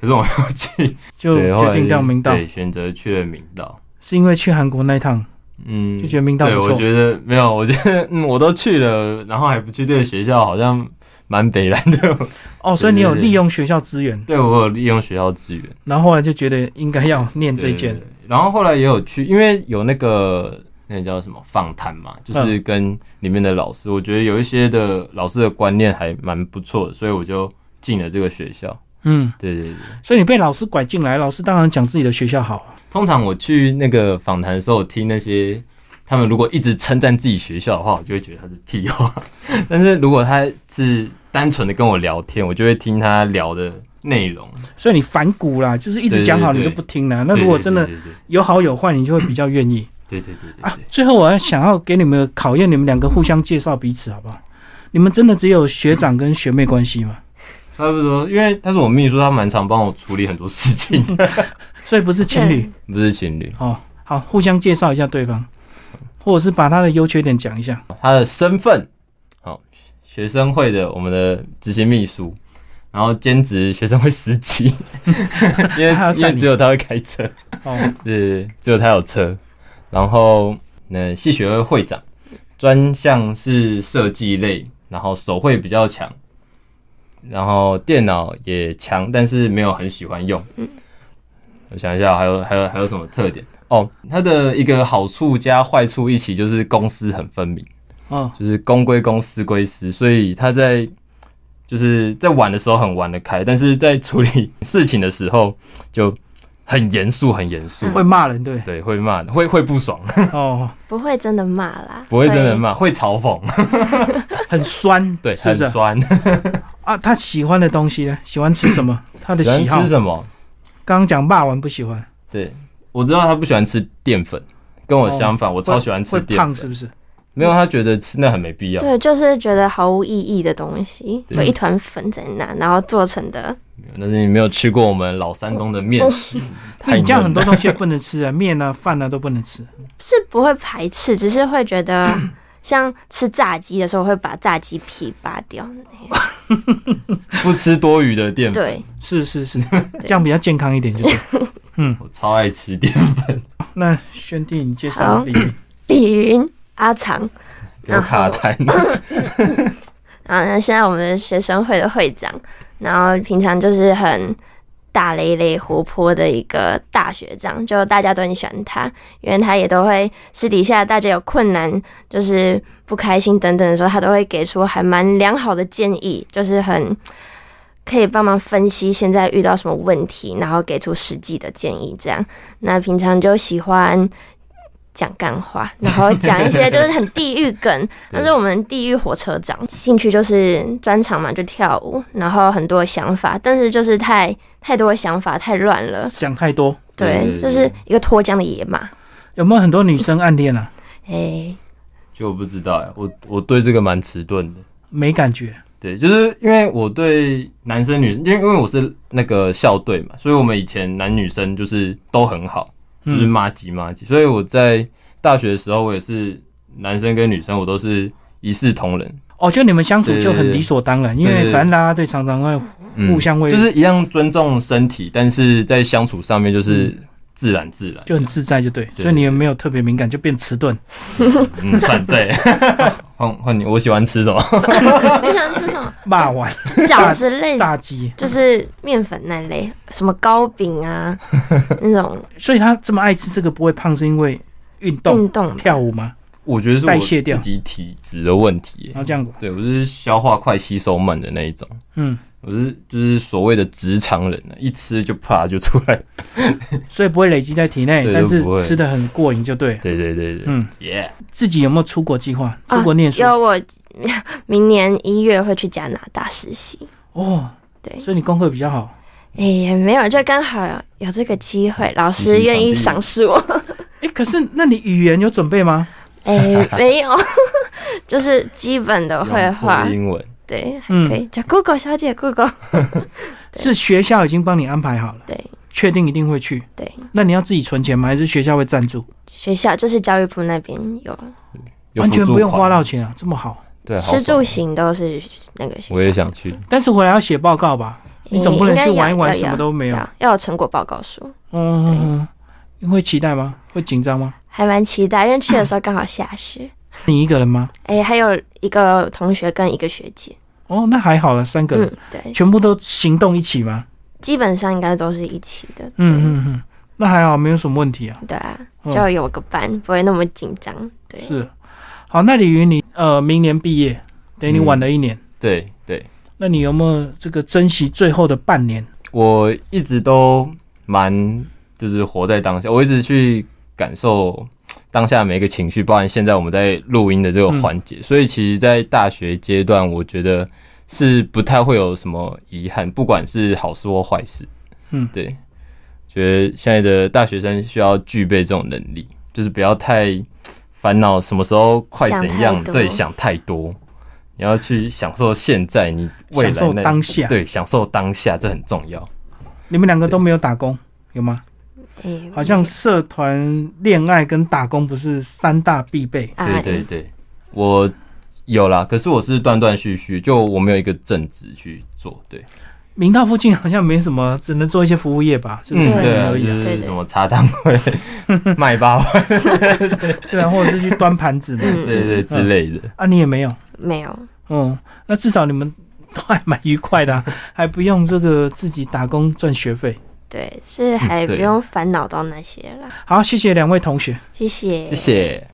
[SPEAKER 3] 可是我没有去，
[SPEAKER 1] 就
[SPEAKER 3] 对后
[SPEAKER 1] 决
[SPEAKER 3] 来
[SPEAKER 1] 定到明道，
[SPEAKER 3] 对，选择去了明道。
[SPEAKER 1] 是因为去韩国那一趟，
[SPEAKER 3] 嗯，
[SPEAKER 1] 就觉得明道
[SPEAKER 3] 对，
[SPEAKER 1] 不错
[SPEAKER 3] 我觉得没有，我觉得 嗯，我都去了，然后还不去这个学校，好像蛮北蓝的。
[SPEAKER 1] 哦，所以你有
[SPEAKER 3] 对对对
[SPEAKER 1] 利用学校资源，
[SPEAKER 3] 对我有利用学校资源
[SPEAKER 1] 然后后来就觉得应该要念这一件
[SPEAKER 3] 对，对对然后后来也有去，因为有那个那个叫什么访谈嘛，
[SPEAKER 1] 嗯
[SPEAKER 3] 就是跟里面的老师，我觉得有一些的老师的观念还蛮不错的，所以我就进了这个学校。
[SPEAKER 1] 嗯，
[SPEAKER 3] 对对对。
[SPEAKER 1] 所以你被老师拐进来，老师当然讲自己的学校好，
[SPEAKER 3] 通常我去那个访谈的时候，我听那些他们如果一直称赞自己学校的话，我就会觉得他是屁话。 但是如果他是单纯的跟我聊天，我就会听他聊的内容，
[SPEAKER 1] 所以你反骨啦，就是一直讲好你
[SPEAKER 3] 对对对
[SPEAKER 1] 就不听啦。那如果真的
[SPEAKER 3] 对
[SPEAKER 1] 有好有坏，你就会比较愿意
[SPEAKER 3] 对对对对对
[SPEAKER 1] 啊。最后我要想要给你们考验，你们两个互相介绍彼此好不好？你们真的只有学长跟学妹关系吗？
[SPEAKER 3] 差不多，因为他是我秘书，他蛮常帮我处理很多事情 的，
[SPEAKER 1] 所以不是情侣
[SPEAKER 3] 不是情侣。
[SPEAKER 1] 哦。好，互相介绍一下对方，或者是把他的优缺点讲一下。
[SPEAKER 3] 他的身份，好，学生会的我们的执行秘书，然后兼职学生会 司机，因为
[SPEAKER 1] 他要载
[SPEAKER 3] 因为
[SPEAKER 1] 你
[SPEAKER 3] 只有他会开车。
[SPEAKER 1] 哦，
[SPEAKER 3] 是只有他有车，然后那系学会会长，专项是设计类，然后手绘比较强，然后电脑也强，但是没有很喜欢用。我想一下，还有还有还有什么特点？哦，它的一个好处加坏处一起就是公私很分明，
[SPEAKER 1] 哦，
[SPEAKER 3] 就是公归公，私归私，所以他在就是在玩的时候很玩得开，但是在处理 事情的时候就很严肃，很严肃。，
[SPEAKER 1] 会骂人对
[SPEAKER 3] 对，会骂，会会不爽，
[SPEAKER 1] 哦，
[SPEAKER 2] 不会真的骂啦，
[SPEAKER 3] 不会真的骂，会嘲讽，
[SPEAKER 1] 很酸，
[SPEAKER 3] 对，
[SPEAKER 1] 是不啊是
[SPEAKER 3] 很酸。
[SPEAKER 1] 啊？他喜欢的东西呢？喜欢吃什么？他的
[SPEAKER 3] 喜欢
[SPEAKER 1] 喜好
[SPEAKER 3] 吃什么？
[SPEAKER 1] 刚刚讲霸王不喜欢，
[SPEAKER 3] 对，我知道他不喜欢吃淀粉，跟我相反，我超喜欢吃
[SPEAKER 1] 哦会
[SPEAKER 3] 淀
[SPEAKER 1] 胖是
[SPEAKER 3] 粉。
[SPEAKER 1] 不是？
[SPEAKER 3] 没有，他觉得吃那很没必要。
[SPEAKER 2] 对，就是觉得毫无意义的东西，
[SPEAKER 3] 对
[SPEAKER 2] 就一团粉在那，然后做成的。
[SPEAKER 3] 但是你没有吃过我们老山东的面食，
[SPEAKER 1] 那 哦
[SPEAKER 3] 太
[SPEAKER 1] 你这样很
[SPEAKER 3] 嫩了
[SPEAKER 1] 多东西也不能吃 啊，面啊、饭啊都不能吃。
[SPEAKER 2] 是不会排斥，只是会觉得像吃炸鸡的时候会把炸鸡皮扒掉。
[SPEAKER 3] 不吃多余的淀粉。
[SPEAKER 2] 对，
[SPEAKER 1] 是是是，这样比较健康一点就 对。
[SPEAKER 3] 我超爱吃淀粉，
[SPEAKER 1] 那轩弟，你介绍
[SPEAKER 2] 好
[SPEAKER 1] 李云
[SPEAKER 2] 李云、阿长
[SPEAKER 3] 给我卡痰。
[SPEAKER 2] 啊，那现在我们的学生会的会长，然后平常就是很大咧咧、活泼的一个大学长，就大家都很喜欢他，因为他也都会私底下大家有困难、就是不开心等等的时候，他都会给出还蛮良好的建议，就是很。可以帮忙分析现在遇到什么问题，然后给出实际的建议。这样，那平常就喜欢讲干话，然后讲一些就是很地狱梗，但是我们地狱火车长，兴趣就是专长嘛，就跳舞，然后很多想法，但是就是太太多想法太乱了，
[SPEAKER 1] 想太多，
[SPEAKER 2] 对，
[SPEAKER 3] 对
[SPEAKER 2] 就是一个脱缰的野马，
[SPEAKER 1] 有没有很多女生暗恋啊？
[SPEAKER 2] 哎、
[SPEAKER 3] 就我不知道哎、我我对这个蛮迟钝的。
[SPEAKER 1] 没感觉，
[SPEAKER 3] 对，就是因为我对男生女生，因为因为我是那个校队嘛，所以我们以前男女生就是都很好，就是
[SPEAKER 1] 嗯，
[SPEAKER 3] 妈吉妈吉。所以我在大学的时候，我也是男生跟女生我都是一视同仁，
[SPEAKER 1] 哦，就你们相处就
[SPEAKER 3] 对对
[SPEAKER 1] 很
[SPEAKER 3] 对
[SPEAKER 1] 理所当然，因
[SPEAKER 3] 对对
[SPEAKER 1] 为
[SPEAKER 3] 对
[SPEAKER 1] 反正啦啦队常常会
[SPEAKER 3] 嗯
[SPEAKER 1] 互相为
[SPEAKER 3] 就是一样尊重身体，但是在相处上面就是自然自然，
[SPEAKER 1] 嗯就很自在，就对，
[SPEAKER 3] 对
[SPEAKER 1] 所以你也没有特别敏感，就变迟钝。
[SPEAKER 3] 嗯，算对。换换你，我喜欢吃什么？
[SPEAKER 2] 你想吃什 么
[SPEAKER 1] 骂完
[SPEAKER 2] 饺子类，
[SPEAKER 1] 炸鸡，
[SPEAKER 2] 就是面粉那类，什么糕饼 啊那种
[SPEAKER 1] 所以他这么爱吃这个不会胖，是因为运动、
[SPEAKER 2] 运动，
[SPEAKER 1] 跳舞吗？
[SPEAKER 3] 我觉得是我
[SPEAKER 1] 代谢掉
[SPEAKER 3] 自己体质的问题耶、
[SPEAKER 1] 然后这样子，
[SPEAKER 3] 对我是消化快、吸收慢的那一种。
[SPEAKER 1] 嗯，
[SPEAKER 3] 我是就是所谓的职场人啊呢、一吃就啪就出来。
[SPEAKER 1] 所以不会累积在体内，
[SPEAKER 3] 对
[SPEAKER 1] 但是
[SPEAKER 3] 都不会
[SPEAKER 1] 吃的很过瘾，就对。
[SPEAKER 3] 对对对对，
[SPEAKER 1] 嗯，
[SPEAKER 3] 耶、
[SPEAKER 1] 自己有没有出国计划？
[SPEAKER 2] 啊
[SPEAKER 1] 出国念书？
[SPEAKER 2] 有我明年一月会去加拿大实习，
[SPEAKER 1] 哦，
[SPEAKER 2] 对，
[SPEAKER 1] 所以你功课比较好。
[SPEAKER 2] 哎、也没有，就刚好有这个机会，老师愿意赏识我。
[SPEAKER 1] 哎、可是那你语言有准备吗？
[SPEAKER 2] 哎、 没有， 就是基本的绘
[SPEAKER 3] 用
[SPEAKER 2] 画
[SPEAKER 3] 破，英文，
[SPEAKER 2] 对，还
[SPEAKER 1] 嗯
[SPEAKER 2] 可以叫 Google 小姐，Google，对
[SPEAKER 1] 是学校已经帮你安排好了，
[SPEAKER 2] 对
[SPEAKER 1] 确定一定会去。
[SPEAKER 2] 对，
[SPEAKER 1] 那你要自己存钱吗？还是学校会赞助？
[SPEAKER 2] 学校就是教育部那边有
[SPEAKER 3] 有
[SPEAKER 1] 完全
[SPEAKER 3] 辅助
[SPEAKER 1] 不用花
[SPEAKER 3] 款
[SPEAKER 1] 到钱啊，这么好。
[SPEAKER 3] 对好
[SPEAKER 2] 吃
[SPEAKER 3] 爽
[SPEAKER 2] 住行都是那个学校。
[SPEAKER 3] 我也想去，
[SPEAKER 1] 但是回来要写报告吧？
[SPEAKER 2] 诶，
[SPEAKER 1] 你总不能去玩一玩，
[SPEAKER 2] 应该要
[SPEAKER 1] 什么都没有
[SPEAKER 2] 要。要要有成果报告书，
[SPEAKER 1] 嗯，你会期待吗？会紧张吗？
[SPEAKER 2] 还蛮期待，因为去的时候刚好下雪。
[SPEAKER 1] 你一个人吗？
[SPEAKER 2] 哎、还有一个同学跟一个学姐，
[SPEAKER 1] 哦，那还好了，三个人、
[SPEAKER 2] 嗯，对，
[SPEAKER 1] 全部都行动一起吗？
[SPEAKER 2] 基本上应该都是一起的。
[SPEAKER 1] 嗯嗯嗯，那还好，没有什么问题啊。
[SPEAKER 2] 对，对啊，
[SPEAKER 1] 嗯
[SPEAKER 2] 就有个伴，不会那么紧张。对，
[SPEAKER 1] 是，好，那李云，你呃，明年毕业，等于你晚了一年，
[SPEAKER 3] 对对，
[SPEAKER 1] 那你有没有这个珍惜最后的半年？
[SPEAKER 3] 我一直都蛮就是活在当下，我一直去感受当下每一个情绪，包含现在我们在录音的这个环节。
[SPEAKER 1] 嗯
[SPEAKER 3] 所以其实，在大学阶段，我觉得是不太会有什么遗憾，不管是好事或坏事。
[SPEAKER 1] 嗯
[SPEAKER 3] 对，觉得现在的大学生需要具备这种能力，就是不要太烦恼什么时候快
[SPEAKER 2] 想
[SPEAKER 3] 怎
[SPEAKER 2] 太
[SPEAKER 3] 样，
[SPEAKER 2] 多
[SPEAKER 3] 对，想太多。你要去享受现在，你未
[SPEAKER 1] 享
[SPEAKER 3] 来
[SPEAKER 1] 受
[SPEAKER 3] 那
[SPEAKER 1] 当下，
[SPEAKER 3] 对，享受当下，这很重要。
[SPEAKER 1] 你们两个都没有打工，有吗？
[SPEAKER 2] 哎、
[SPEAKER 1] 好像社团、恋爱跟打工不是三大必备。
[SPEAKER 2] 啊，
[SPEAKER 3] 对对对，我有啦，可是我是断断续续，就我没有一个正职去做，对，
[SPEAKER 1] 明道附近好像没什么，只能做一些服务业吧，是不
[SPEAKER 3] 嗯，
[SPEAKER 1] 是？
[SPEAKER 3] 对啊，
[SPEAKER 1] 而
[SPEAKER 3] 就
[SPEAKER 1] 已啊
[SPEAKER 2] 对
[SPEAKER 3] 是
[SPEAKER 2] 对
[SPEAKER 3] 什么茶汤会、 卖八会，
[SPEAKER 1] 对啊，或者是去端盘子嘛。
[SPEAKER 2] 嗯
[SPEAKER 3] 对对对之类的，
[SPEAKER 1] 啊，你也没有，
[SPEAKER 2] 没有，
[SPEAKER 1] 嗯，那至少你们都还蛮愉快的啊、还不用这个自己打工赚学费。
[SPEAKER 2] 对，是还
[SPEAKER 3] 嗯
[SPEAKER 2] 不
[SPEAKER 3] 对
[SPEAKER 2] 用烦恼到那些啦。
[SPEAKER 1] 好，谢谢两位同学。
[SPEAKER 2] 谢谢，
[SPEAKER 3] 谢谢。